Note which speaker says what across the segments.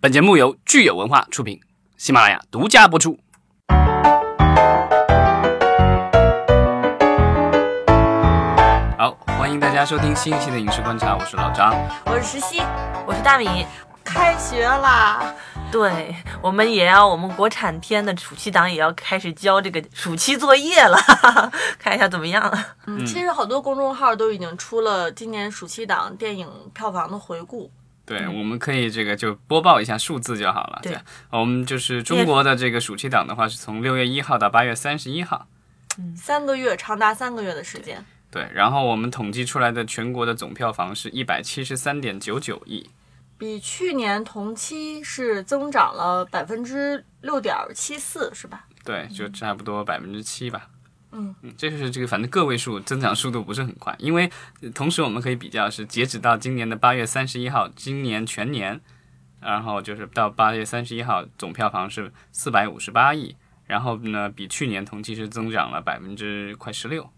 Speaker 1: 本节目由聚友文化出品，喜马拉雅独家播出。好，欢迎大家收听新一期的影视观察，我是老张。
Speaker 2: 我是石溪，我是大米。
Speaker 3: 开学啦！
Speaker 2: 对，我们也要我们国产片的暑期档也要开始交这个暑期作业了， 看一下怎么样了。
Speaker 3: 嗯，其实好多公众号都已经出了今年暑期档电影票房的回顾。
Speaker 1: 对，我们可以这个就播报一下数字就好了。
Speaker 2: 对
Speaker 1: 这样，我们就是中国的这个暑期档的话，是从六月一号到八月三十一号。
Speaker 3: 三个月，长达三个月的时间，
Speaker 1: 对，然后我们统计出来的全国的总票房是一百七十三点九九亿，
Speaker 3: 比去年同期是增长了百分之六点七四，是吧？
Speaker 1: 对，就差不多百分之七吧。
Speaker 3: 嗯
Speaker 1: 这就是这个，反正个位数增长速度不是很快，因为呃同时我们可以比较是截止到今年的八月三十一号，今年全年，然后就是到八月三十一号总票房是四百五十八亿，然后呢比去年同期是增长了百分之快十六，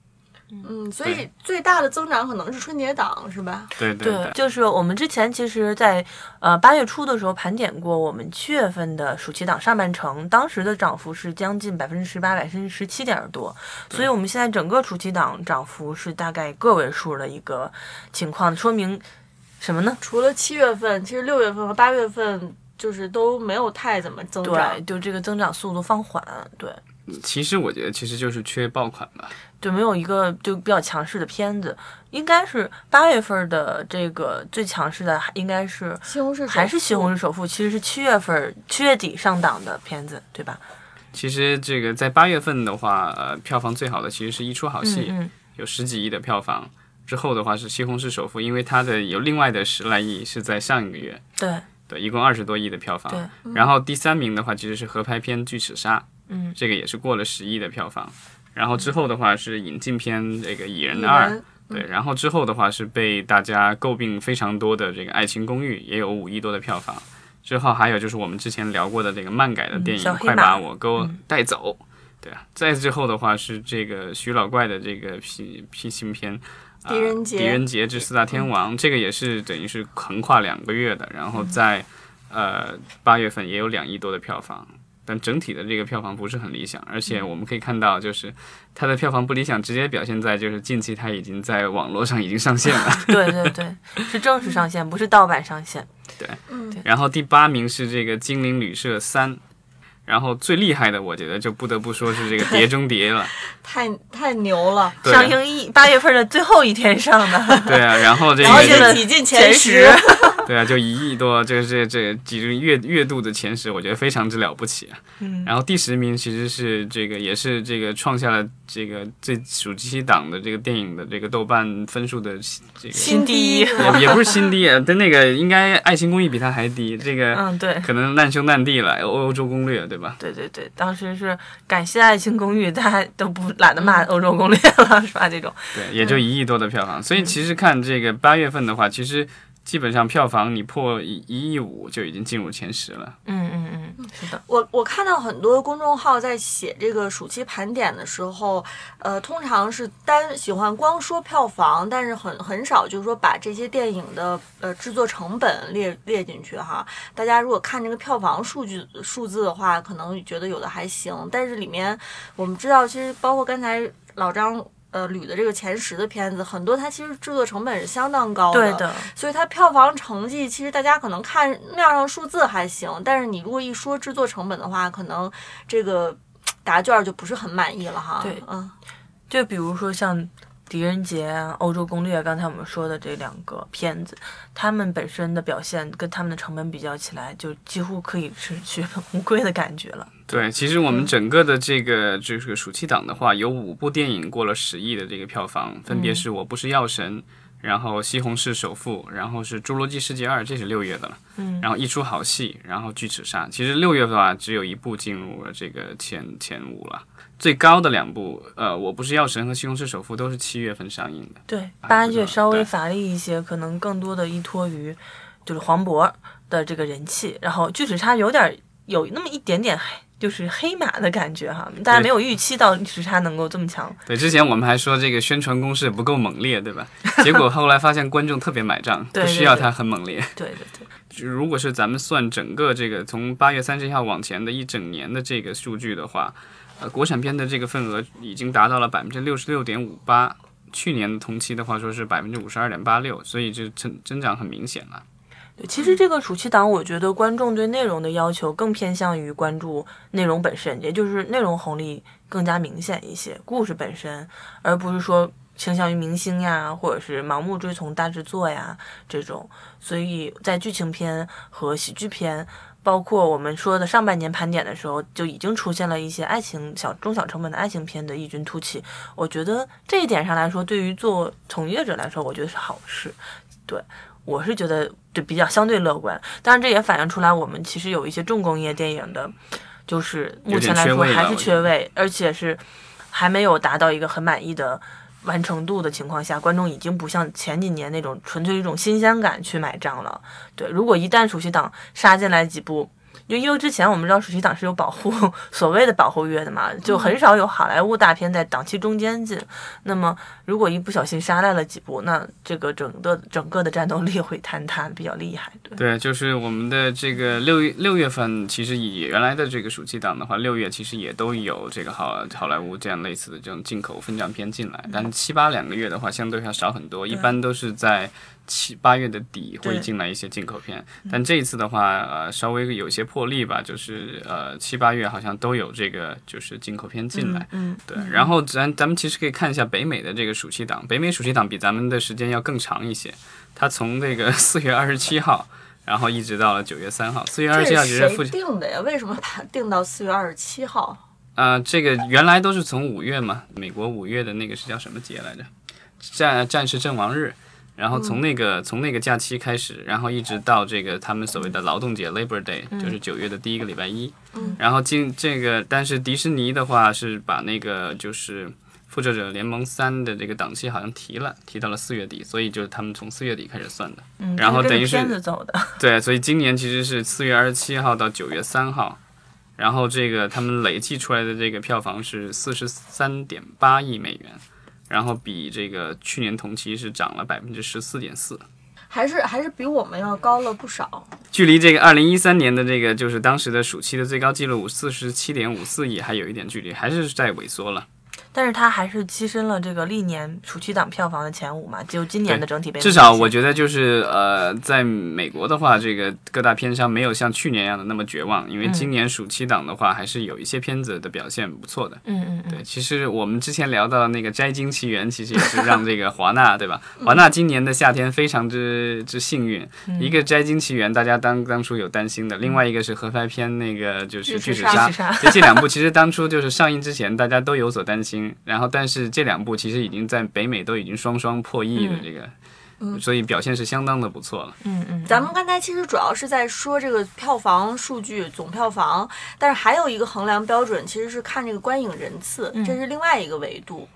Speaker 3: 嗯，所以最大的增长可能是春节档，是吧？
Speaker 1: 对对对，
Speaker 2: 就是我们之前其实在，呃八月初的时候盘点过我们七月份的暑期档上半程，当时的涨幅是将近百分之十八、百分之十七点多，所以我们现在整个暑期档涨幅是大概个位数的一个情况，说明什么呢？
Speaker 3: 除了七月份，其实六月份和八月份就是都没有太怎么增
Speaker 2: 对，
Speaker 3: 长。
Speaker 2: 就这个增长速度放缓，对。
Speaker 1: 其实我觉得其实就是缺爆款吧，
Speaker 2: 就没有一个就比较强势的片子，应该是八月份的这个最强势的，还应该是
Speaker 3: 西红柿
Speaker 2: 还是《西红
Speaker 3: 柿
Speaker 2: 柿首富》，其实是七月份七月底上档的片子，对吧？
Speaker 1: 其实这个在八月份的话，呃，票房最好的其实是一出好戏，
Speaker 2: 嗯嗯
Speaker 1: 有十几亿的票房。之后的话是《西红柿首富》，因为它的有另外的十来亿是在上一个月，
Speaker 2: 对，
Speaker 1: 对，一共二十多亿的票
Speaker 2: 对
Speaker 1: 房。然后第三名的话其实是合拍片《巨齿鲨》，
Speaker 2: 嗯，
Speaker 1: 这个也是过了十亿的票房。然后之后的话是引进片这个《蚁人
Speaker 3: 蚁
Speaker 1: 二》啊
Speaker 3: 人
Speaker 2: 嗯
Speaker 1: 对，然后之后的话是被大家诟病非常多的这个《爱情公寓》，也有五亿多的票房。之后还有就是我们之前聊过的这个漫改的电影
Speaker 2: 嗯小
Speaker 1: 《
Speaker 2: 黑
Speaker 1: 快
Speaker 2: 马嗯
Speaker 1: 把我给我带走》，对啊。再之后的话是这个徐老怪的这个批批新片。啊
Speaker 3: 狄仁杰嗯
Speaker 1: 狄仁杰之四大天王，这个也是等于是横跨两个月的，然后在、呃八月份也有两亿多的票房，但整体的这个票房不是很理想，而
Speaker 3: 嗯
Speaker 1: 且我们可以看到，就是它的票房不理想，直接表现在就是近期它已经在网络上已经上线 了。
Speaker 2: 对对对，是正式上线，不是盗版上线。
Speaker 1: 然后第八名是这个《精灵旅社三》，然后最厉害的我觉得就不得不说是这个《碟中谍》了。
Speaker 3: 太太牛了，
Speaker 1: 对
Speaker 2: 上映一八月份的最后一天上 的，
Speaker 1: 对啊，然后这
Speaker 3: 然后
Speaker 1: 个
Speaker 2: 这个
Speaker 3: 就挤进前十。
Speaker 1: 对啊，就一亿多，这这这几个月月度的前十，我觉得非常之了不起啊。嗯，然后第十名其实是这个，也是这个创下了这个最暑期档的这个电影的这个豆瓣分数的这个
Speaker 2: 新第一
Speaker 1: 也也不是新低，啊但那个应该《爱情公寓》比它还低，这个
Speaker 2: 嗯，对。
Speaker 1: 可能难兄难弟了，欧欧洲攻略对吧？
Speaker 2: 对对对，当时是感谢《爱情公寓》，大家都不懒得骂《欧洲攻略》了，是吧？这种，
Speaker 1: 对，也就
Speaker 2: 嗯
Speaker 1: 一亿多的票房。所以其实看这个八月份的话，其实基本上票房你破一一亿五就已经进入前十了。
Speaker 2: 嗯嗯嗯，是的，
Speaker 3: 我我看到很多公众号在写这个暑期盘点的时候，呃，通常是单喜欢光说票房，但是很很少就是说把这些电影的呃制作成本列列进去哈。大家如果看这个票房数据数字的话，可能觉得有的还行，但是里面我们知道，其实包括刚才老张。呃，捋的这个前十的片子，很多它其实制作成本是相当高
Speaker 2: 对的，
Speaker 3: 所以它票房成绩其实大家可能看面上数字还行，但是你如果一说制作成本的话，可能这个答卷就不是很满意了哈。
Speaker 2: 对
Speaker 3: 嗯，
Speaker 2: 就比如说像《狄仁杰》啊《欧洲攻略》，刚才我们说的这两个片子，他们本身的表现跟他们的成本比较起来，就几乎可以是 血本无归的感觉了。
Speaker 1: 对，其实我
Speaker 2: 嗯
Speaker 1: 们整个的这个就是个暑期档的话，有五部电影过了十亿的这个票房，分
Speaker 2: 嗯
Speaker 1: 别是《我不是药神》，然后《西红柿首富》，然后是《侏罗纪世界二》，这是六月的了，嗯，然后一出好戏，然后《巨齿鲨》。其实六月份啊，只有一部进入了这个前前五了，最高的两部，呃，《我不是药神》和《西红柿首富》都是七月份上映的。
Speaker 2: 对，
Speaker 1: 啊
Speaker 2: 八
Speaker 1: 不
Speaker 2: 月
Speaker 1: 知道
Speaker 2: 稍微
Speaker 1: 对
Speaker 2: 乏力一些，可能更多的依托于就是黄渤的这个人气，然后巨齿鲨有点有那么一点点就是黑马的感觉哈，大家没有预期到逆时差能够这么强。
Speaker 1: 对，之前我们还说这个宣传攻势不够猛烈， 对吧？结果后来发现观众特别买账，
Speaker 2: 对
Speaker 1: 不需要它很猛烈。
Speaker 2: 对对对，
Speaker 1: 就如果是咱们算整个这个从八月三十一号往前的一整年的这个数据的话，呃，国产片的这个份额已经达到了百分之六十六点五八，去年同期的话说是百分之五十二点八六，所以这增增长很明显了。
Speaker 2: 对其实这个暑期档，我觉得观众对内容的要求更偏向于关注内容本身，也就是内容红利更加明显一些，故事本身，而不是说倾向于明星呀，或者是盲目追从大制作呀这种。所以在剧情片和喜剧片，包括我们说的上半年盘点的时候，就已经出现了一些爱情小中小成本的爱情片的异军突起。我觉得这一点上来说，对于做从业者来说，我觉得是好事。对，我是觉得对比较相对乐观，当然这也反映出来我们其实有一些重工业电影的，就是目前来
Speaker 1: 有点缺
Speaker 2: 说
Speaker 1: 位吧
Speaker 2: 还是
Speaker 1: 我觉
Speaker 2: 缺位，而且是还没有达到一个很满意的。完成度的情况下，观众已经不像前几年那种纯粹一种新鲜感去买账了。对，如果一旦暑期档杀进来几部，就因为之前我们知道暑期档是有保护 所谓的保护月的嘛，就很少有好莱坞大片在档期中间进。那么如果一不小心杀来了几部，那这个整个整个的战斗力会坍塌比较厉害。对，
Speaker 1: 对，就是我们的这个六月六月份，其实以原来的这个暑期档的话，六月其实也都有这个好好莱坞这样类似的这种进口分账片进来，但是七八两个月的话，相对要少很多，一般都是在七八月的底会
Speaker 2: 对
Speaker 1: 进来一些进口片，
Speaker 3: 嗯
Speaker 1: 但这一次的话，呃，稍微有些破例吧，就是呃七八月好像都有这个就是进口片进来，
Speaker 3: 嗯，
Speaker 1: 对，然后咱咱们其实可以看一下北美的这个暑期档，北美暑期档比咱们的时间要更长一些，它从这个 四月二十七号，然后一直到了九月三号。四月二
Speaker 3: 这
Speaker 1: 十七号
Speaker 3: 是
Speaker 1: 其实
Speaker 3: 谁
Speaker 1: 父亲，
Speaker 3: 定的呀？为什么把定到四月二十七号？
Speaker 1: 呃，这个原来都是从五月嘛，美国五月的那个是叫什么节来着？战战士阵亡日。然后从那个、从那个假期开始，然后一直到这个他们所谓的劳动节 （Labor Day），、就是九月的第一个礼拜一。
Speaker 3: 嗯
Speaker 1: 然后进这个，但是迪士尼的话是把那个就是《复仇者联盟三》的这个档期好像提了，提到了四月底，所以就是他们从四月底开始算的。
Speaker 2: 嗯，
Speaker 1: 然后
Speaker 2: 这
Speaker 1: 等于
Speaker 2: 是跟
Speaker 1: 是
Speaker 2: 着片子 走的，
Speaker 1: 对，所以今年其实是四月二十七号到九月三号，然后这个他们累计出来的这个票房是四十三点八亿美元，然后比这个去年同期是涨了百分之十四点四，
Speaker 3: 还是还是比我们要高了不少。
Speaker 1: 距离这个二零一三年的这个就是当时的暑期的最高纪录四十七点五四亿还有一点距离，还是在萎缩了。
Speaker 2: 但是它还是跻身了这个历年暑期档票房的前五嘛，就今年的整体被
Speaker 1: 至少我觉得就是呃，在美国的话，这个各大片商没有像去年一样的那么绝望，因为今年暑期档的话，还是有一些片子的表现不错的。
Speaker 2: 嗯嗯嗯，
Speaker 1: 对，其实我们之前聊到那个《摘金奇缘》，其实也是让这个华纳，对 吧？华纳今年的夏天非常之之幸运，一个《摘金奇缘》，大家当当初有担心的，另外一个是合拍片那个嗯就是
Speaker 3: 巨
Speaker 1: 《巨齿
Speaker 3: 齿鲨
Speaker 1: 鲨
Speaker 2: 巨齿鲨》，
Speaker 1: 这这两部其实当初就是上映之前大家都有所担心，然后但是这两部其实已经在北美都已经双双破亿的这个，所以表现是相当的不错了。
Speaker 2: 嗯嗯，
Speaker 3: 咱们刚才其实主要是在说这个票房数据、总票房，但是还有一个衡量标准其实是看这个观影人次，这是另外一个维度。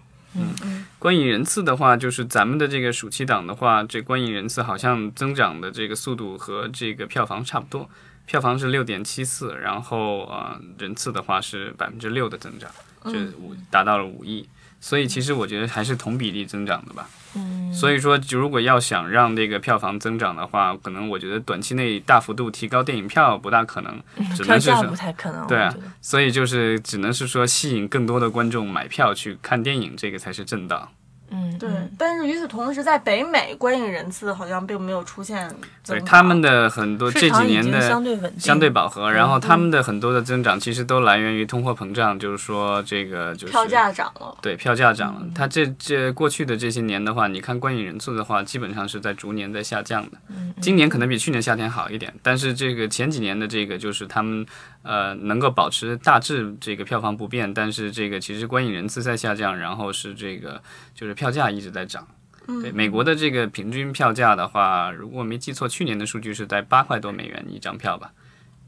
Speaker 1: 观影人次的话，就是咱们的这个暑期档的话，这观影人次好像增长的这个速度和这个票房差不多，票房是六点七四，然后呃人次的话是百分之六的增长，就
Speaker 2: 嗯
Speaker 1: 五达到了五亿，所以其实我觉得还是同比例增长的吧。嗯，所以说就如果要想让这个票房增长的话，可能我觉得短期内大幅度提高电影票不大可能，只
Speaker 2: 嗯票
Speaker 1: 能是
Speaker 2: 价
Speaker 1: 说
Speaker 2: 不太可能，
Speaker 1: 对
Speaker 2: 我
Speaker 1: 啊
Speaker 2: 觉得，
Speaker 1: 所以就是只能是说吸引更多的观众买票去看电影，这个才是正道。
Speaker 2: 嗯，
Speaker 3: 对
Speaker 2: 嗯，
Speaker 3: 但是与此同时，在北美观影人次好像并没有出现增
Speaker 1: 对
Speaker 3: 长。
Speaker 1: 他们的很多这
Speaker 2: 市
Speaker 1: 几
Speaker 2: 场已
Speaker 1: 年
Speaker 2: 经
Speaker 1: 的
Speaker 2: 相对嗯稳定，
Speaker 1: 相对饱和，然后他们的很多的增长其实都来源于通货膨胀，就是说这个就是
Speaker 3: 票价涨了，
Speaker 1: 对票价涨了。它这这过去的这些年的话，你看观影人次的话，基本上是在逐年在下降的。今年可能比去年夏天好一点，但是这个前几年的这个就是他们呃能够保持大致这个票房不变，但是这个其实观影人次在下降，然后是这个就是票价一直在涨。对美国的这个平均票价的话，如果没记错，去年的数据是在八块多美元一张票吧，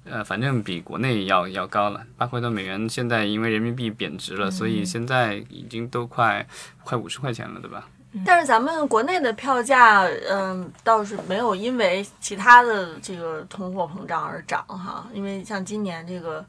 Speaker 1: 呃，反正比国内要要高了。八块多美元，现在因为人民币贬值了，所以
Speaker 2: 嗯
Speaker 1: 现在已经都快快五十块钱了，对吧？
Speaker 2: 嗯
Speaker 3: 但是咱们国内的票价，嗯，倒是没有因为其他的这个通货膨胀而涨哈，因为像今年这个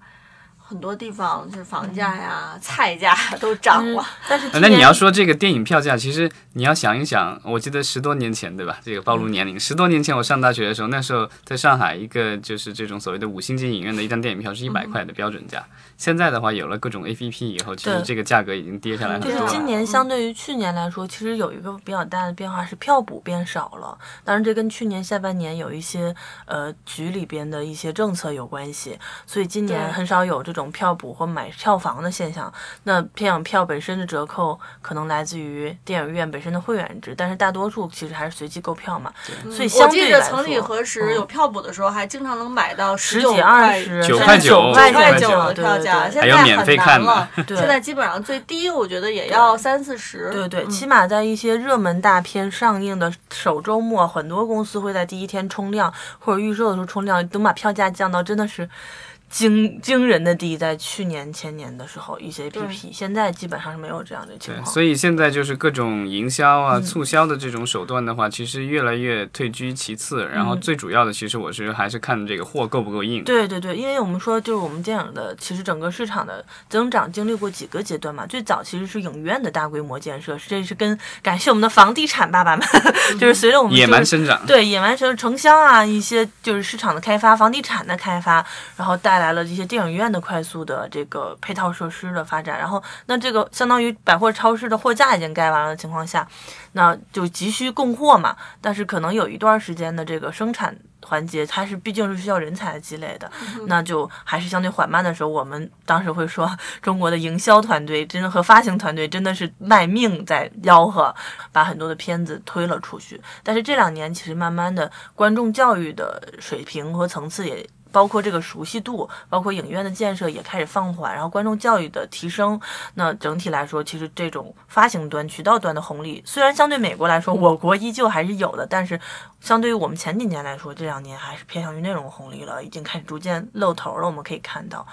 Speaker 3: 很多地方就是房价呀、
Speaker 2: 嗯
Speaker 3: 菜 价都涨了。
Speaker 2: 但是
Speaker 1: 呃
Speaker 2: 今
Speaker 1: 那你
Speaker 2: 年
Speaker 1: 要说这个电影票价，其实你要想一想，我记得十多年前，对吧？这个暴
Speaker 2: 嗯
Speaker 1: 露年龄，十多年前我上大学的时候，那时候在上海一个就是这种所谓的五星级影院的一张电影票是一
Speaker 2: 嗯
Speaker 1: 百块的标准价。现在的话，有了各种 APP 以后，其实
Speaker 2: 对
Speaker 1: 这个价格已经跌下来很
Speaker 2: 就
Speaker 1: 多
Speaker 2: 是
Speaker 1: 了。
Speaker 2: 今年相对于去年来说，其实有一个比较大的变化是票补变少了。当然，这跟去年下半年有一些呃局里边的一些政策有关系，所以今年
Speaker 3: 对
Speaker 2: 很少有这种票补或买票房的现象。那片场票本身的折扣可能来自于电影院本身的会员制，但是大多数其实还是随机购票嘛。所以
Speaker 3: 嗯我
Speaker 2: 相
Speaker 3: 记
Speaker 2: 对
Speaker 3: 着
Speaker 2: 来说，嗯
Speaker 3: 曾几何时有票补的时候，还经常能买到
Speaker 2: 十
Speaker 3: 九
Speaker 2: 几、二十、
Speaker 1: 九
Speaker 2: 甚
Speaker 1: 块
Speaker 2: 至
Speaker 1: 九
Speaker 2: 九
Speaker 1: 块
Speaker 3: 块
Speaker 1: 九
Speaker 3: 九
Speaker 1: 九
Speaker 3: 的
Speaker 2: 对对
Speaker 3: 票价，
Speaker 2: 对
Speaker 3: 现
Speaker 1: 还有
Speaker 3: 在
Speaker 1: 免
Speaker 3: 很
Speaker 1: 费
Speaker 3: 难
Speaker 1: 看
Speaker 3: 了。
Speaker 2: 对
Speaker 3: 现在基本上最低，我觉得也要三四十。
Speaker 2: 对对，
Speaker 3: 嗯
Speaker 2: 起码在一些热门大片上映的首周末，很多公司会在第一天冲量，或者预售的时候冲量，能把票价降到真的是惊惊人的低。在去年前年的时候，一些 APP 现在基本上是没有这样的情
Speaker 1: 对，
Speaker 2: 况。
Speaker 1: 所以现在就是各种营销
Speaker 2: 嗯
Speaker 1: 啊、促销的这种手段的话，其实越来越退居其次。
Speaker 2: 嗯
Speaker 1: 然后最主要的，其实我是还是看这个货够不够硬。
Speaker 2: 对对对，因为我们说就是我们电影的，其实整个市场的增长经历过几个阶段嘛。最早其实是影院的大规模建设，这是跟感谢我们的房地产爸爸们， 就是随着我们
Speaker 1: 野
Speaker 2: 这
Speaker 1: 蛮
Speaker 2: 个
Speaker 1: 生长，
Speaker 2: 对，野蛮城城乡啊，一些就是市场的开发、房地产的开发，然后带来了这些电影院的快速的这个配套设施的发展。然后，那这个相当于百货超市的货架已经盖完了的情况下，那就急需供货嘛。但是可能有一段时间的这个生产环节，它是毕竟是需要人才的积累的，那就还是相对缓慢的时候，我们当时会说，中国的营销团队真的和发行团队真的是卖命在吆喝，把很多的片子推了出去。但是这两年其实慢慢的观众教育的水平和层次也。包括这个熟悉度，包括影院的建设也开始放缓，然后观众教育的提升，那整体来说，其实这种发行端、渠道端的红利，虽然相对美国来说，我国依旧还是有的，但是相对于我们前几年来说，这两年还是偏向于内容红利了，已经开始逐渐露头了。我们可以看到，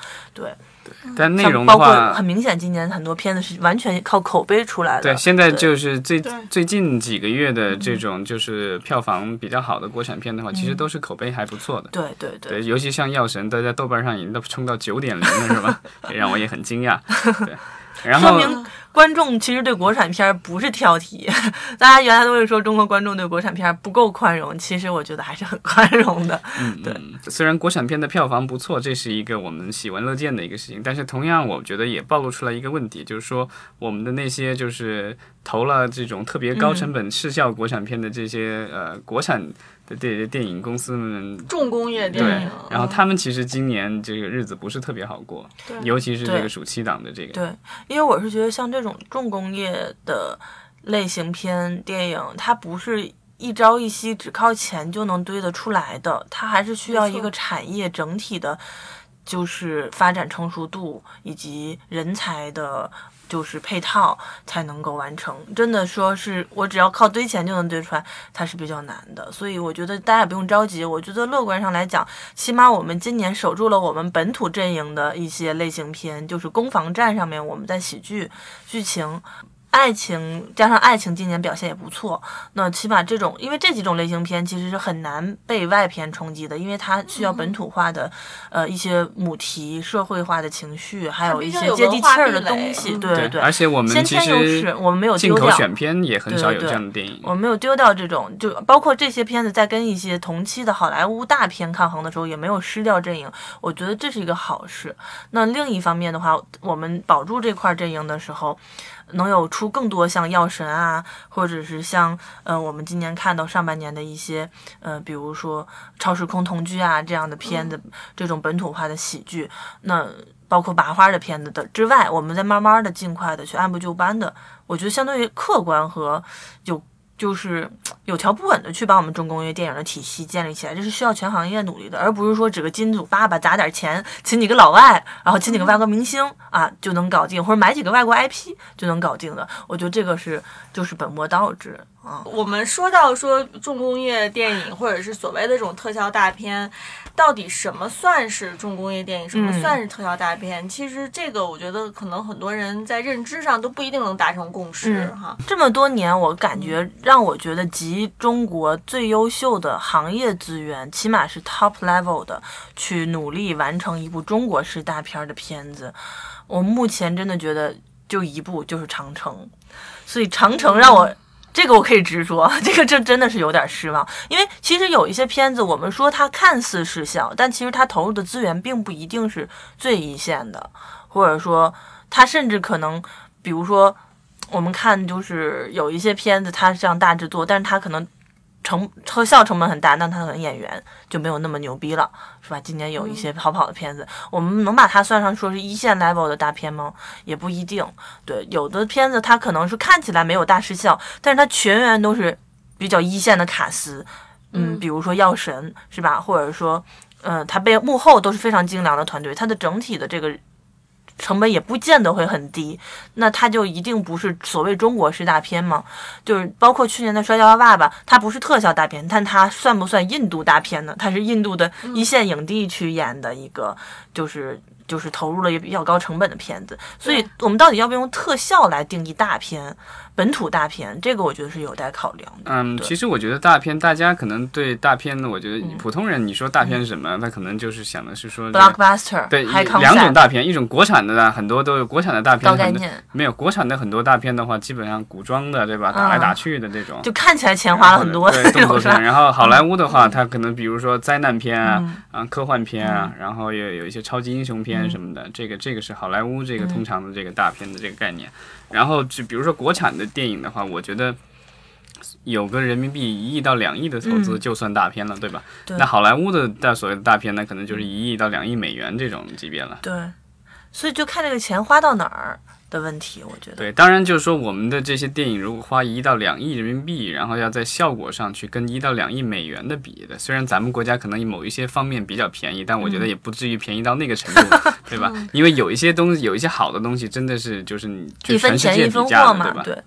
Speaker 1: 但内
Speaker 2: 像
Speaker 1: 容的
Speaker 2: 包括
Speaker 1: 话，
Speaker 2: 很明显，今年很多片子是完全靠口碑出来的。
Speaker 1: 对，现在就是最
Speaker 3: 对
Speaker 1: 最近几个月的这种就是票房比较好的国产片的话，其实都是口碑还不错的。
Speaker 2: 嗯对对对
Speaker 1: 对，尤其像《药神》，都在豆瓣上已经都冲到九点零了，是 吧？也让我也很惊讶。对，然
Speaker 2: 说
Speaker 1: 后
Speaker 2: 明观众其实对国产片儿不是挑剔， 大家原来都会说中国观众对国产片儿不够宽容，其实我觉得还是很宽容的。
Speaker 1: 嗯，虽然国产片的票房不错，这是一个我们喜闻乐见的一个事情，但是同样我觉得也暴露出来一个问题，就是说我们的那些就是投了这种特别高成
Speaker 2: 嗯
Speaker 1: 本视效国产片的这些、呃国产的电电影公司们，
Speaker 3: 重工业电
Speaker 1: 对
Speaker 2: 嗯
Speaker 3: 影，，嗯
Speaker 1: 然后他们其实今年这个日子不是特别好过，尤其是这个
Speaker 2: 对
Speaker 1: 暑期档的这个，
Speaker 2: 对，因为我是觉得像这种重工业的类型片电影，它不是。一朝一夕只靠钱就能堆得出来的，它还是需要
Speaker 3: 没错
Speaker 2: 一个产业整体的，就是发展成熟度以及人才的，就是配套才能够完成。真的说是我只要靠堆钱就能堆出来，它是比较难的。所以我觉得大家也不用着急。我觉得乐观上来讲，起码我们今年守住了我们本土阵营的一些类型片，就是攻防战上面，我们在喜剧、剧情、爱情加上爱情，今年表现也不错。那起码这种，因为这几种类型片其实是很难被外片冲击的，因为它需要本土化的，呃，一些母题、社会化的情绪，还有一些接地气儿的东西。
Speaker 3: 它毕竟有文化壁垒嗯
Speaker 2: 对
Speaker 1: 而且我们
Speaker 2: 先
Speaker 1: 其
Speaker 2: 天优势
Speaker 1: 实
Speaker 2: 我们没有
Speaker 1: 进
Speaker 2: 丢
Speaker 1: 口
Speaker 2: 掉。
Speaker 1: 选片也很少有
Speaker 2: 对对
Speaker 1: 这样的电影，
Speaker 2: 我没有丢掉这种，就包括这些片子在跟一些同期的好莱坞大片抗衡的时候，也没有失掉阵营，我觉得这是一个好事。那另一方面的话，我们保住这块阵营的时候，能有出更多像《药神》啊，或者是像呃我们今年看到上半年的一些呃，比如说《超时空同居啊》这样的片子，这种本土化的喜剧，那。包括拔花的片子的之外，我们在慢慢的、尽快的去按部就班的，我觉得相对于客观和就是有条不紊的去把我们重工业电影的体系建立起来，这是需要全行业努力的，而不是说只个金主爸爸砸点钱，请几个老外，然后请几个外国明星啊就能搞定，或者买几个外国 IP 就能搞定的。我觉得这个是就是本末倒置啊。
Speaker 3: 我们说到说重工业电影或者是所谓的这种特效大片，到底什么算是重工业电影，什么
Speaker 2: 嗯
Speaker 3: 算是特效大片？其实这个我觉得可能很多人在认知上都不一定能达成共识
Speaker 2: 嗯
Speaker 3: 哈。
Speaker 2: 这么多年，我感觉让我觉得集中国最优秀的行业资源，起码是 top level 的，去努力完成一部中国式大片儿的片子。我目前真的觉得就一部就是《长城》，所以《长城》让我。这个我可以直说， 这个这真的是有点失望，因为其实有一些片子，我们说它看似是效，但其实它投入的资源并不一定是最一线的，或者说它甚至可能，比如说我们看就是有一些片子，它像大制作，但是它可能成特效成本很大，那它可能演员就没有那么牛逼了，是吧？今年有一些跑跑的片子，我们能把它算上说是一线 level 的大片吗？也不一定。对，有的片子它可能是看起来没有大失效，但是它全员都是比较一线的卡司，嗯，
Speaker 3: 嗯
Speaker 2: 比如说《药神》是吧？或者说，呃，它被幕后都是非常精良的团队，它的整体的这个成本也不见得会很低，那它就一定不是所谓中国式大片吗？就是包括去年的《摔跤吧爸爸》，它不是特效大片，但它算不算印度大片呢？它是印度的
Speaker 3: 嗯
Speaker 2: 一线影帝去演的一个，就是就是投入了也比较高成本的片子，所以
Speaker 3: 对
Speaker 2: 我们到底要不要用特效来定义大片、本土大片？这个我觉得是有待考量的。
Speaker 1: 嗯，
Speaker 2: 对
Speaker 1: 其实我觉得大片，大家可能对大片呢，我觉得
Speaker 2: 嗯
Speaker 1: 普通人你说大片是什么，他可能就是想的是说这个
Speaker 2: Blockbuster
Speaker 1: 对
Speaker 2: high
Speaker 1: 一
Speaker 2: concept
Speaker 1: 两种大片，一种国产的呢，很多都有国产的大片，
Speaker 2: 高概
Speaker 1: 很多
Speaker 2: 念，
Speaker 1: 没有国产的很多大片的话，基本上古装的对吧，
Speaker 2: 嗯
Speaker 1: 打来打去的这种，
Speaker 2: 就看起来钱花了很多
Speaker 1: 对
Speaker 2: 那
Speaker 1: 动
Speaker 2: 种
Speaker 1: 作
Speaker 2: 是吧
Speaker 1: 片。？然后好莱坞的话，它可能比如说灾难片啊，
Speaker 2: 嗯
Speaker 1: 啊科幻片啊，然后也有一些超级英雄片什么的。这个这个是好莱坞
Speaker 2: 嗯
Speaker 1: 这个通常的这个大片的这个概念。然后就比如说国产的电影的话，我觉得。有个人民币一亿到两亿的投资
Speaker 2: 嗯
Speaker 1: 就算大片了，对吧？
Speaker 2: 对
Speaker 1: 那好莱坞的大所谓的大片呢，可能就是一亿到两亿美元这种级别了。
Speaker 2: 对，所以就看这个钱花到哪儿的问题，我觉得。
Speaker 1: 对，当然就是说，我们的这些电影如果花一到两亿人民币，然后要在效果上去跟一到两亿美元的比的，虽然咱们国家可能某一些方面比较便宜，但我觉
Speaker 2: 嗯
Speaker 1: 得也不至于便宜到那个程度， 对吧？因为有一些东西，有一些好的东西，真的是就是你就
Speaker 2: 一分
Speaker 1: 全世
Speaker 2: 钱
Speaker 1: 界
Speaker 2: 一
Speaker 1: 比
Speaker 2: 分
Speaker 1: 价
Speaker 2: 货
Speaker 1: 的，
Speaker 2: 嘛
Speaker 1: 对吧，？
Speaker 2: 对，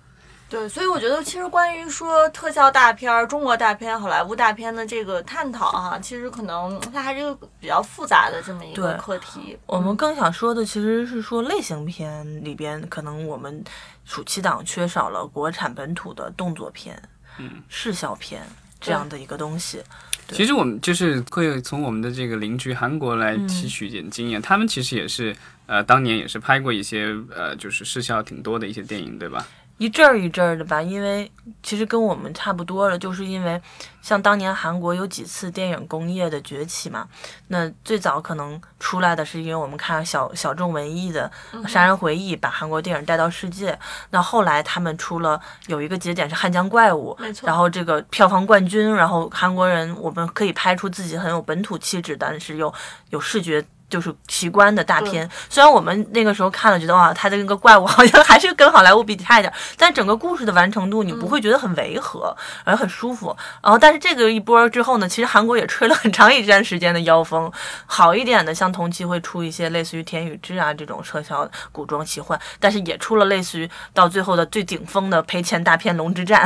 Speaker 3: 对，所以我觉得其实关于说特效大片儿、中国大片、好莱坞大片的这个探讨啊，其实可能它还是一个比较复杂的这么一个
Speaker 2: 对
Speaker 3: 课题。嗯
Speaker 2: 我们更想说的其实是说类型片里边，可能我们暑期档缺少了国产本土的动作片、嗯、视效片这样的一个东西。
Speaker 1: 其实我们就是会从我们的这个邻居韩国来
Speaker 2: 嗯
Speaker 1: 吸取一点经验，他们其实也是呃当年也是拍过一些呃就是视效挺多的一些电影，对吧？
Speaker 2: 一阵儿一阵儿的吧，因为其实跟我们差不多了，就是因为像当年韩国有几次电影工业的崛起嘛，那最早可能出来的是因为我们看小小众文艺的
Speaker 3: 嗯
Speaker 2: 《杀人回忆》，把韩国电影带到世界。那后来他们出了有一个节点是《汉江怪物》，
Speaker 3: 没错
Speaker 2: 然后这个票房冠军，然后韩国人我们可以拍出自己很有本土气质，但是又有视觉。就是奇观的大片，虽然我们那个时候看了觉得哇，他的那个怪物好像还是跟好莱坞比差一点，但整个故事的完成度你不会觉得很违和，而很舒服。然后，但是这个一波之后呢，其实韩国也吹了很长一段时间的妖风，好一点的，像同期会出一些类似于《田与志》啊这种特效古装奇幻，但是也出了类似于到最后的最顶峰的赔钱大片《龙之战》。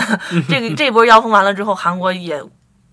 Speaker 2: 这个 这波妖风完了之后，韩国也。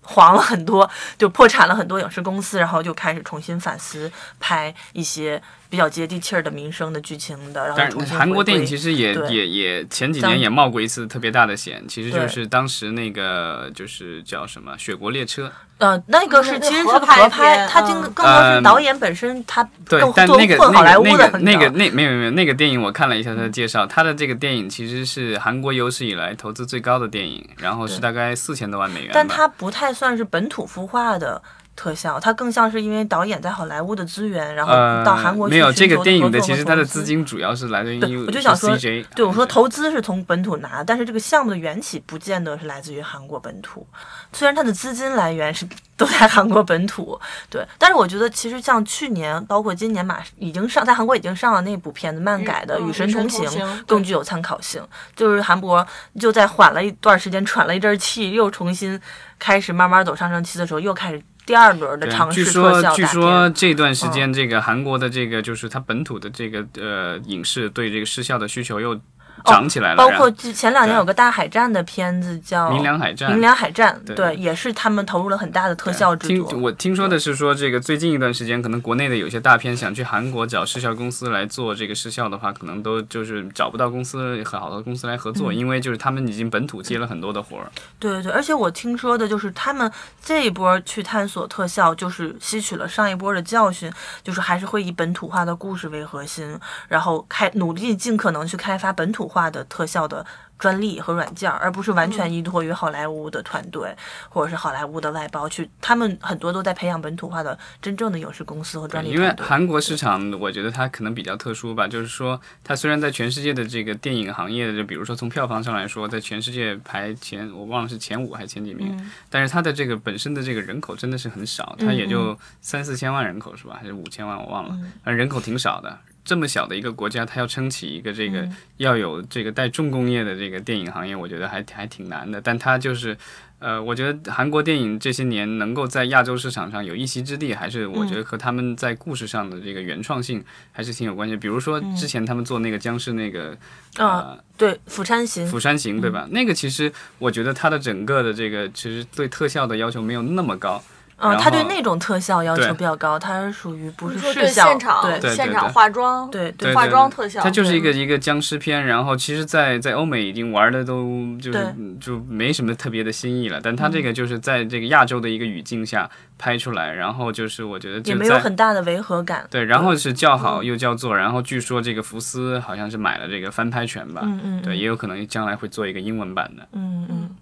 Speaker 2: 黄了很多，就破产了很多影视公司，然后就开始重新反思，拍一些比较接地气儿的民生的剧情的，然后
Speaker 1: 但
Speaker 2: 重
Speaker 1: 是
Speaker 2: 新
Speaker 1: 韩国
Speaker 2: 回归
Speaker 1: 电影其实也
Speaker 2: 对
Speaker 1: 也也前几
Speaker 2: 咱
Speaker 1: 年也冒过一次特别大的险，其实就
Speaker 2: 对
Speaker 1: 是当时那个就是叫什么《雪国列车》，
Speaker 2: 呃，那个
Speaker 3: 嗯
Speaker 2: 是
Speaker 3: 那
Speaker 2: 其实是
Speaker 3: 合
Speaker 2: 个
Speaker 3: 拍
Speaker 2: 合拍，
Speaker 3: 片
Speaker 2: 它
Speaker 3: 嗯
Speaker 2: 这个更多是
Speaker 1: 嗯
Speaker 2: 导演本身他
Speaker 1: 对
Speaker 2: 更，
Speaker 1: 但
Speaker 2: 多
Speaker 1: 那个
Speaker 2: 混好莱
Speaker 1: 那
Speaker 2: 坞
Speaker 1: 个那
Speaker 2: 的
Speaker 1: 个那个
Speaker 2: 你知道吗
Speaker 1: 那没有没有那个电影我看了一下他的介绍，他的这个电影其实是韩国有史以来投资最高的电影，然后是大概四千多万美元吧，
Speaker 2: 但它不太算是本土孵化的特效，它更像是因为导演在好莱坞的资源，然后
Speaker 1: 呃
Speaker 2: 到韩国去
Speaker 1: 没有
Speaker 2: 寻
Speaker 1: 这
Speaker 2: 求
Speaker 1: 个电影的，
Speaker 2: 合作
Speaker 1: 其实
Speaker 2: 和
Speaker 1: 它的
Speaker 2: 投资
Speaker 1: 资。金主要是嗯来源于
Speaker 2: 对我就想说
Speaker 1: CJ，
Speaker 2: 对，我说投资是从本土拿，但是这个项目的缘起不见得是来自于韩国本土，虽然它的资金来源是都在韩国本土，对，但是我觉得其实像去年，包括今年马已经上在韩国已经上了那部片子漫改的《
Speaker 3: 嗯
Speaker 2: 与神
Speaker 3: 与神
Speaker 2: 同
Speaker 3: 同行对
Speaker 2: 更具有参考性。就是韩国就在缓了一段时间，喘了一阵气，又重新开始慢慢走上升期的时候，又开始第二轮的
Speaker 1: 对
Speaker 2: 尝
Speaker 1: 据
Speaker 2: 试特
Speaker 1: 说
Speaker 2: 效嗯
Speaker 1: 据
Speaker 2: 大
Speaker 1: 说
Speaker 2: 片。
Speaker 1: 这段时间，这个韩国的这个就是它本土的这个呃影视对这个视效的需求又涨起来了，
Speaker 2: 哦包
Speaker 1: 然
Speaker 2: 括
Speaker 1: 后
Speaker 2: 之前两年有个大海战的片子叫《
Speaker 1: 明良海战。
Speaker 2: 明良海战》，
Speaker 1: 对
Speaker 2: 对，也是他们投入了很大的特效制
Speaker 1: 听
Speaker 2: 作。
Speaker 1: 我听说的是说，这个最近一段时间，可能国内的有些大片想去韩国找视效公司来做这个视效的话，可能都就是找不到公司和好的公司来合
Speaker 2: 嗯
Speaker 1: 作，因为就是他们已经本土接了很多的活儿。
Speaker 2: 对对对，而且我听说的就是他们这一波去探索特效，就是吸取了上一波的教训，就是还是会以本土化的故事为核心，然后开努力尽可能去开发本土化的特效的专利和软件儿，而不是完全依托于好莱坞的团队、或者是好莱坞的外包去，他们很多都在培养本土化的真正的影视公司和专利
Speaker 1: 因为
Speaker 2: 团队。
Speaker 1: 韩国市场，我觉得它可能比较特殊吧，就是说它虽然在全世界的这个电影行业，就比如说从票房上来说，在全世界排前，我忘了是前五还是前几名，
Speaker 2: 嗯
Speaker 1: 但是它的这个本身的这个人口真的是很少，它也
Speaker 2: 嗯
Speaker 1: 就三四千万人口是吧？还是五千万？我忘了，反正人口挺少的。这么小的一个国家，它要撑起一个这
Speaker 2: 嗯
Speaker 1: 个、要有这个带重工业的这个电影行业，我觉得还还挺难的。但它就是，呃，我觉得韩国电影这些年能够在亚洲市场上有一席之地，还是我觉
Speaker 2: 嗯
Speaker 1: 得和他们在故事上的这个原创性还是挺有关系。比如说
Speaker 2: 嗯
Speaker 1: 之前他们做那个僵尸那个，呃，
Speaker 2: 对，《釜山行》
Speaker 1: 釜山行，对吧？
Speaker 2: 嗯
Speaker 1: 那个其实我觉得它的整个的这个其实对特效的要求没有那么高。
Speaker 2: 嗯，
Speaker 1: 然
Speaker 2: 他对
Speaker 1: 后
Speaker 2: 那种特效要求
Speaker 1: 对
Speaker 2: 比较高，他是属于不是
Speaker 3: 你说
Speaker 2: 视
Speaker 3: 对
Speaker 2: 效，
Speaker 3: 现场
Speaker 2: 对
Speaker 1: 对
Speaker 3: 现
Speaker 1: 对
Speaker 3: 场
Speaker 1: 对
Speaker 3: 化妆，
Speaker 2: 对
Speaker 1: 对
Speaker 3: 化
Speaker 1: 对
Speaker 3: 妆
Speaker 1: 对
Speaker 3: 特效，
Speaker 1: 它就是一
Speaker 3: 嗯
Speaker 1: 个一个僵尸片，然后其实在，在欧美已经玩的都就是就没什么特别的新意了，但它
Speaker 2: 嗯
Speaker 1: 这个就是在这个亚洲的一个语境下拍出来，然后就是我觉得就
Speaker 2: 也没有
Speaker 1: 在
Speaker 2: 很大的违和感。
Speaker 1: 对，然后是叫
Speaker 2: 嗯
Speaker 1: 好又叫座，然后据说这个福斯好像是买了这个翻拍权吧，
Speaker 2: 嗯嗯
Speaker 1: 对，也有可能将来会做一个英文版的。
Speaker 2: 嗯嗯，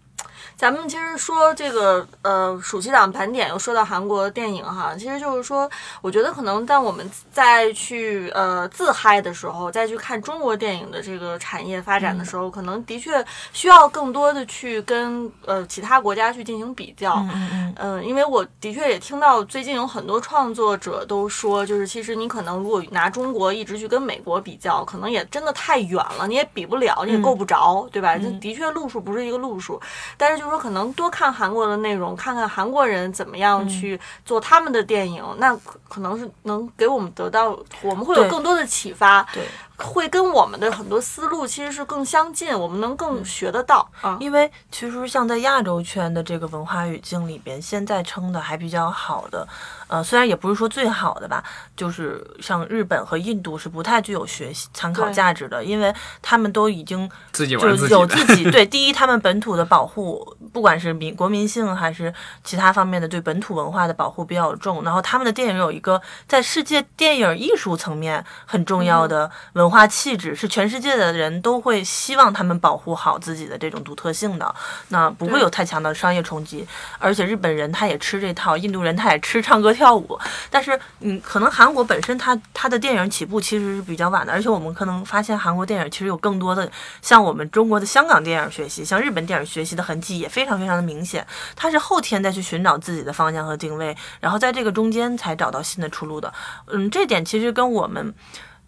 Speaker 3: 咱们其实说这个呃暑期档盘点，又说到韩国电影哈，其实就是说，我觉得可能在我们再去呃自嗨的时候，再去看中国电影的这个产业发展的时候，可能的确需要更多的去跟呃其他国家去进行比较。
Speaker 2: 嗯嗯
Speaker 3: 嗯，因为我的确也听到最近有很多创作者都说，就是其实你可能如果拿中国一直去跟美国比较，可能也真的太远了，你也比不了，
Speaker 2: 嗯
Speaker 3: 你也够不着，对吧？这的确路数不是一个路数。但是就是说，可能多看韩国的内容，看看韩国人怎么样
Speaker 2: 嗯
Speaker 3: 去做他们的电影，那可可能是能给我们得到，我们会有
Speaker 2: 对
Speaker 3: 更多的启发，
Speaker 2: 对，
Speaker 3: 会跟我们的很多思路其实是更相近，我们能
Speaker 2: 嗯
Speaker 3: 更学得到啊。
Speaker 2: 因为其实像在亚洲圈的这个文化语境里边，现在撑的还比较好的，呃，虽然也不是说最好的吧，就是像日本和印度是不太具有学习参考
Speaker 3: 对
Speaker 2: 价值的，因为他们都已经
Speaker 1: 自己玩
Speaker 2: 就
Speaker 1: 自
Speaker 2: 是
Speaker 1: 己
Speaker 2: 有
Speaker 1: 的，
Speaker 2: 自己对第一，他们本土的保护，不管是民国民性还是其他方面的对本土文化的保护比较重。然后他们的电影有一个在世界电影艺术层面很重要
Speaker 1: 嗯
Speaker 2: 的文化气质，是全世界的人都会希望他们保护好自己的这种独特性的，那不会
Speaker 3: 对
Speaker 2: 有太强的商业冲击。而且日本人他也吃这套，印度人他也吃唱歌跳舞，但是嗯，可能韩国本身它它的电影起步其实是比较晚的，而且我们可能发现韩国电影其实有更多的向我们中国的香港电影学习，向日本电影学习的痕迹也非常非常的明显。它是后天再去寻找自己的方向和定位，然后在这个中间才找到新的出路的。嗯，这点其实跟我们。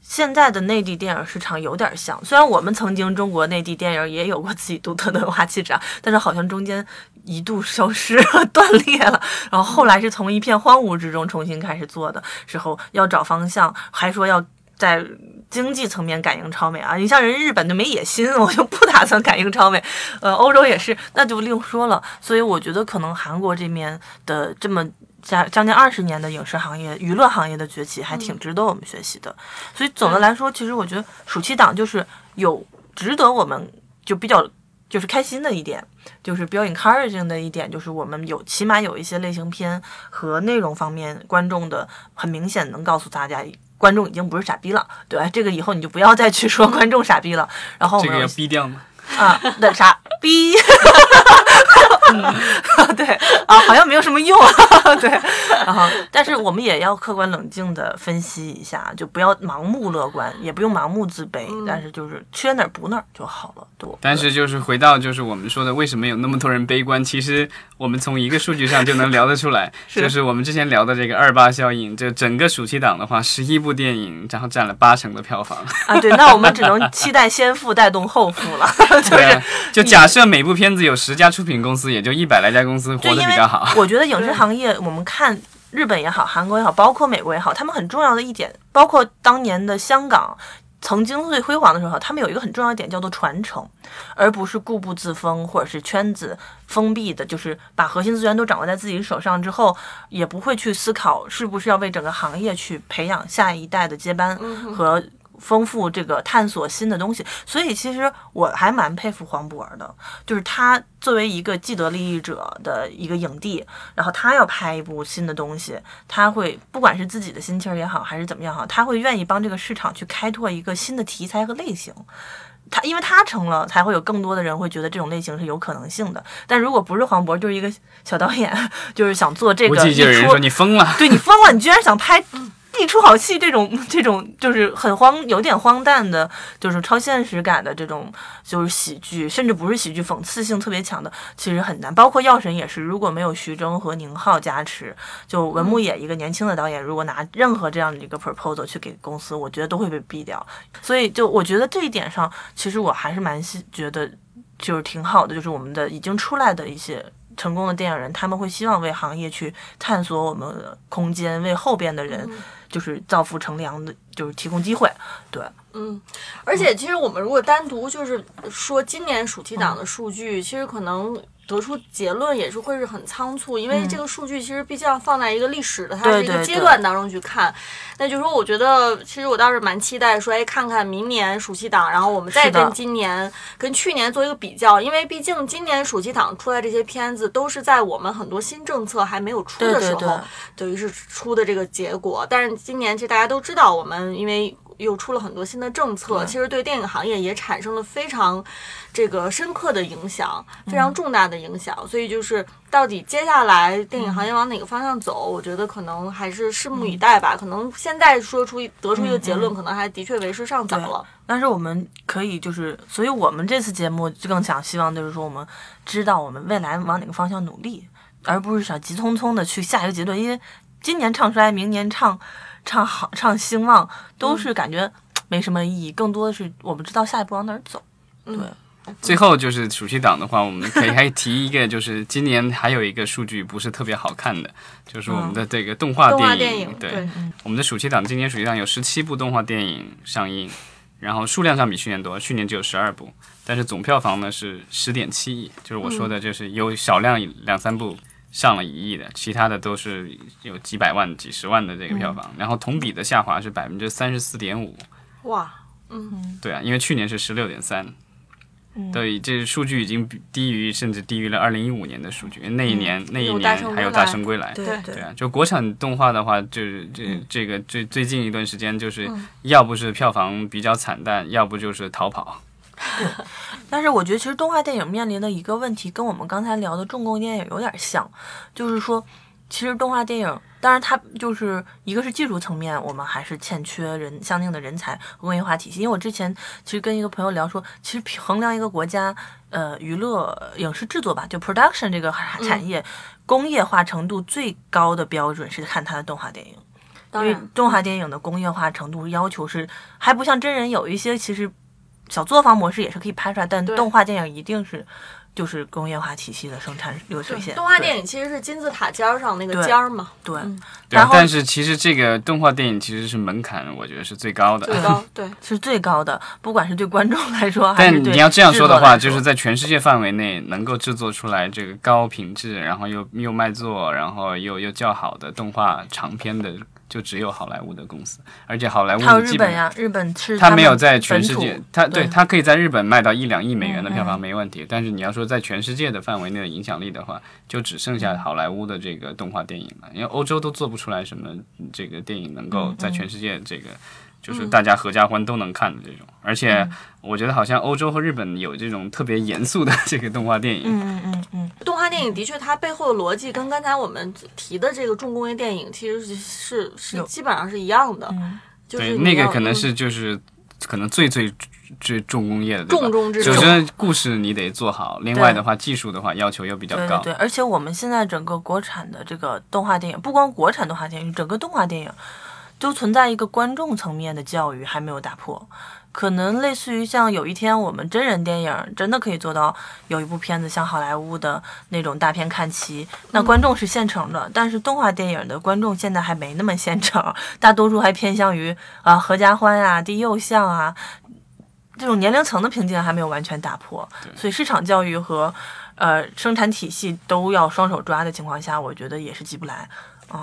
Speaker 2: 现在的内地电影市场有点像，虽然我们曾经中国内地电影也有过自己独特的文化气质啊，但是好像中间一度消失了、 断裂了，然后后来是从一片荒芜之中重新开始做的时候，要找方向，还说要在经济层面赶赢超美啊。你像人日本就没野心，我就不打算赶赢超美，呃，欧洲也是，那就另说了。所以我觉得可能韩国这边的这么。将将近二十年的影视行业、娱乐行业的崛起，还
Speaker 1: 嗯
Speaker 2: 挺值得我们学习的。所以总的来说，其实我觉得暑期档就是有值得我们就比较就是开心的一点，就是比较 encouraging 的一点，就是我们有起码有一些类型片和内容方面，观众的很明显能告诉大家，观众已经不是傻逼了，对吧？这个以后你就不要再去说观众傻逼了。然后我
Speaker 1: 这
Speaker 2: 们
Speaker 1: 个
Speaker 2: 有
Speaker 1: 要逼掉吗？
Speaker 2: 啊，那 傻逼，嗯，对啊， 好像没有什么用，对，啊然后但是我们也要客观冷静的分析一下，就不要盲目乐观，也不用盲目自卑，但是就是缺哪儿补哪儿就好了，对。
Speaker 1: 但是就是回到就是我们说的，为什么有那么多人悲观？其实我们从一个数据上就能聊得出 来，就是我们之前聊的这个二八效应，就整个暑期档的话，十一部电影，然后占了八成的票房。
Speaker 2: 啊，对，那我们只能期待先富带动后富了， 就是
Speaker 1: 对， 就假设每部片子有十家出品公司，也就一百来家公司
Speaker 2: 就
Speaker 1: 活得
Speaker 2: 因
Speaker 1: 比
Speaker 2: 为
Speaker 1: 较好。
Speaker 2: 我觉得影视行业，我们看日本也好，韩国也好，包括美国也好，他们很重要的一点，包括当年的香港。曾经最辉煌的时候，他们有一个很重要的点叫做传承，而不是固步自封或者是圈子封闭的，就是把核心资源都掌握在自己手上之后，也不会去思考是不是要为整个行业去培养下一代的接班和丰富这个探索新的东西。所以其实我还蛮佩服黄渤的，就是他作为一个既得利益者的一个影帝，然后他要拍一部新的东西，他会不管是自己的心情儿也好，还是怎么样好，他会愿意帮这个市场去开拓一个新的题材和类型。他因为他成了，才会有更多的人会觉得这种类型是有可能性的。但如果不是黄渤，就是一个小导演， 就是想做这
Speaker 1: 估
Speaker 2: 个
Speaker 1: 计就有
Speaker 2: 一
Speaker 1: 人
Speaker 2: 出
Speaker 1: 说你疯了。
Speaker 2: 对你疯了，你居然想拍一出好戏这种这种就是很荒有点荒诞的，就是超现实感的这种就是喜剧，甚至不是喜剧，讽刺性特别强的，其实很难。包括《药神》也是，如果没有徐峥和宁浩加持，就文牧野一个年轻的导演，如果拿任何这样的一个 proposal 去给公司，我觉得都会被毙掉。所以就我觉得这一点上，其实我还是蛮希觉得就是挺好的，就是我们的已经出来的一些成功的电影人，他们会希望为行业去探索我们的空间，为后边的人
Speaker 3: 嗯
Speaker 2: 就是造福乘凉的，就是提供机会。对，
Speaker 3: 嗯，而且其实我们如果单独就是说今年暑期档的数据，其实可能。得出结论也是会是很仓促，因为这个数据其实毕竟要放在一个历史的它
Speaker 2: 嗯对
Speaker 3: 是一个
Speaker 2: 对
Speaker 3: 阶
Speaker 2: 对
Speaker 3: 段当中去看。那就是说，我觉得其实我倒是蛮期待说，哎，看看明年暑期档，然后我们再
Speaker 2: 是的
Speaker 3: 跟今年跟去年做一个比较，因为毕竟今年暑期档出来这些片子都是在我们很多新政策还没有出
Speaker 2: 对
Speaker 3: 的
Speaker 2: 对
Speaker 3: 时
Speaker 2: 对
Speaker 3: 候，等于是出的这个结果。但是今年其实大家都知道，我们因为又出了很多新的政策，其实对电影行业也产生了非常这个深刻的影响，非常重大的影响。所以就是到底接下来电影行业往哪个方向走，我觉得可能还是拭目以待吧。可能现在说出得出一个结论，可能还的确为时尚早
Speaker 2: 对
Speaker 3: 了。
Speaker 2: 但是我们可以就是，所以我们这次节目就更想希望就是说，我们知道我们未来往哪个方向努力，而不是想急匆匆的去下一个结论，因为今年唱衰，明年唱唱好唱兴旺，
Speaker 3: 嗯
Speaker 2: 都是感觉没什么意义，更多的是我们知道下一步往哪儿走。
Speaker 1: 最后就是暑期档的话，我们可以还提一个，就是今年还有一个数据不是特别好看的， 就是我们的这个动画
Speaker 3: 嗯动画
Speaker 1: 电
Speaker 3: 影，
Speaker 1: 对，嗯我们的暑期档，今年暑期档有十七部动画电影上映，然后数量上比去年多，去年只有十二部，但是总票房呢是十点七亿，就是我说的，就是有少量两三部上了一亿的，其他的都是有几百万、几十万的这个票
Speaker 3: 嗯
Speaker 1: 房，然后同比的下滑是百分之三十四点五，
Speaker 3: 哇，嗯
Speaker 1: 对啊，因为去年是十六点三，对，这数据已经比低于甚至低于了二零一五年的数据，那一年、那一
Speaker 3: 嗯有大圣
Speaker 1: 年还
Speaker 3: 归
Speaker 1: 有大
Speaker 3: 来
Speaker 1: 圣归来，
Speaker 3: 对嗯
Speaker 2: 对
Speaker 1: 对啊，就国产动画的话，就是这这个最最近一段时间，就是要不是票房比较惨淡，要不就是逃跑。
Speaker 2: 但是我觉得，其实动画电影面临的一个问题，跟我们刚才聊的重工电影有点像，就是说，其实动画电影，当然它就是一个是技术层面，我们还是欠缺人相应的人才和工业化体系。因为我之前其实跟一个朋友聊说，其实衡量一个国家，呃，娱乐影视制作吧，就 production 这个产业、工业化程度最高的标准是看它的动画电影。
Speaker 3: 当
Speaker 2: 因为
Speaker 3: 然，
Speaker 2: 动画电影的工业化程度要求是还不像真人，有一些其实小作坊模式也是可以拍出来，但
Speaker 3: 对
Speaker 2: 动画电影一定是就是工业化体系的生产流水线。
Speaker 3: 动画
Speaker 1: 对
Speaker 3: 电影其实是金字塔尖儿上那个
Speaker 2: 对
Speaker 3: 尖儿嘛，
Speaker 2: 对，
Speaker 3: 嗯
Speaker 1: 对啊
Speaker 2: 然后
Speaker 1: 但是其实这个动画电影其实是门槛，我觉得是最高的。
Speaker 3: 最高对。
Speaker 2: 是最高的，不管是对观众来说，还是
Speaker 1: 但
Speaker 2: 对
Speaker 1: 你要这样
Speaker 2: 制
Speaker 1: 说
Speaker 2: 作
Speaker 1: 的话，
Speaker 2: 来
Speaker 1: 就是在全世界范围内能够制作出来这个高品质，然后又又卖座，然后又又较好的动画长片的，就只有好莱坞的公司，而且好莱
Speaker 2: 还有
Speaker 1: 坞
Speaker 2: 日
Speaker 1: 基
Speaker 2: 本
Speaker 1: 本
Speaker 2: 呀，日本是
Speaker 1: 它
Speaker 2: 们
Speaker 1: 没有在全
Speaker 2: 本
Speaker 1: 世界
Speaker 2: 土，
Speaker 1: 它对
Speaker 2: 对
Speaker 1: 它可以在日本卖到一两亿美元的票
Speaker 2: 嗯
Speaker 1: 房没问题，但是你要说在全世界的范围内的影响力的话，就只剩下好莱坞的这个动画电影了，因为欧洲都做不出来什么这个电影能够在全世界这个。就是大家合家欢都能看的这种，而且我觉得好像欧洲和日本有这种特别严肃的这个动画电影，
Speaker 2: 嗯嗯嗯
Speaker 3: 动画电影的确，它背后的逻辑跟刚才我们提的这个重工业电影其实是是是
Speaker 2: 有
Speaker 3: 基本上是一样的，
Speaker 2: 嗯
Speaker 3: 就是
Speaker 1: 对，
Speaker 3: 你
Speaker 1: 那个
Speaker 3: 要
Speaker 1: 可能
Speaker 3: 嗯
Speaker 1: 是就是可能最最最重工业的，对吧
Speaker 3: 重中之
Speaker 1: 首
Speaker 3: 重。
Speaker 1: 先故事你得做好，另外的话技术的话要求又比较
Speaker 2: 对对
Speaker 1: 高，
Speaker 2: 对，而且我们现在整个国产的这个动画电影，不光国产动画电影，整个动画电影就存在一个观众层面的教育还没有打破。可能类似于像有一天我们真人电影真的可以做到有一部片子像好莱坞的那种大片看齐，
Speaker 1: 嗯
Speaker 2: 那观众是现成的，但是动画电影的观众现在还没那么现成，大多数还偏向于啊合家欢啊、低幼向啊这种年龄层的评价还没有完全打破，所以市场教育和呃生产体系都要双手抓的情况下，我觉得也是急不来。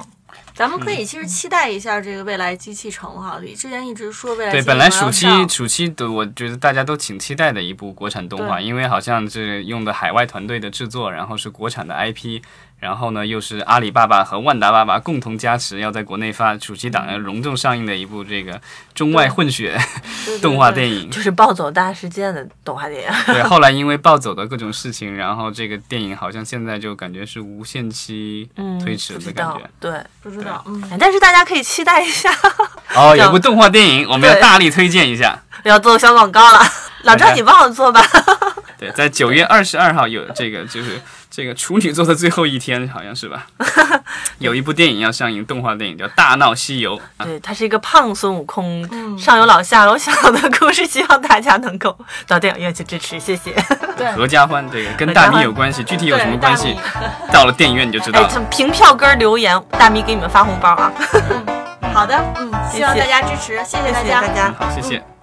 Speaker 3: 咱们可
Speaker 1: 嗯
Speaker 3: 以其实期待一下这个未来机器城哈，你之前一直说未来
Speaker 1: 对，
Speaker 3: 机器
Speaker 1: 本
Speaker 3: 城
Speaker 1: 来
Speaker 3: 要
Speaker 1: 暑期
Speaker 3: 上
Speaker 1: 暑期的，我觉得大家都挺期待的一部国产动画，
Speaker 3: 对
Speaker 1: 因为好像是用的海外团队的制作，然后是国产的 IP，然后呢又是阿里巴巴和万达爸爸共同加持，要在国内发暑期档
Speaker 2: 嗯
Speaker 1: 要隆重上映的一部这个中外混血
Speaker 3: 对对
Speaker 1: 动画
Speaker 3: 对
Speaker 1: 电影。
Speaker 2: 就是暴走大事件的动画电影，
Speaker 1: 对，后来因为暴走的各种事情，然后这个电影好像现在就感觉是无限期推迟
Speaker 2: 嗯不
Speaker 1: 的
Speaker 2: 知
Speaker 1: 感
Speaker 2: 道
Speaker 1: 觉。，
Speaker 2: 对，哎
Speaker 3: 不知道，嗯，
Speaker 2: 但是大家可以期待一下，
Speaker 1: 哦，
Speaker 2: 对
Speaker 1: 有部动画电影，我们要
Speaker 2: 对
Speaker 1: 大力推荐一下。
Speaker 2: 要做小广告了，老
Speaker 1: 哎
Speaker 2: 赵你帮我做吧。
Speaker 1: 对，在九月二十二号有这个，就是这个处女座的最后一天，好像是 吧？有一部电影要上映，动画电影叫《大闹西游》啊，
Speaker 2: 对，他是一个胖孙悟空，
Speaker 3: 嗯
Speaker 2: 上有老下有小的故事，希望大家能够 到电影院去支持，谢谢。
Speaker 3: 对
Speaker 1: 合家欢，这个跟大米有关系，具体有什么关 系
Speaker 3: 对，
Speaker 1: 到了电影院你就知道
Speaker 2: 哎，
Speaker 1: 了。
Speaker 2: 这凭票根儿留言，大咪给你们发红包啊！
Speaker 3: 好的，嗯，希望
Speaker 2: 谢
Speaker 3: 大
Speaker 2: 谢
Speaker 3: 家支持，谢谢大
Speaker 2: 谢谢大家。
Speaker 1: 嗯好，谢谢。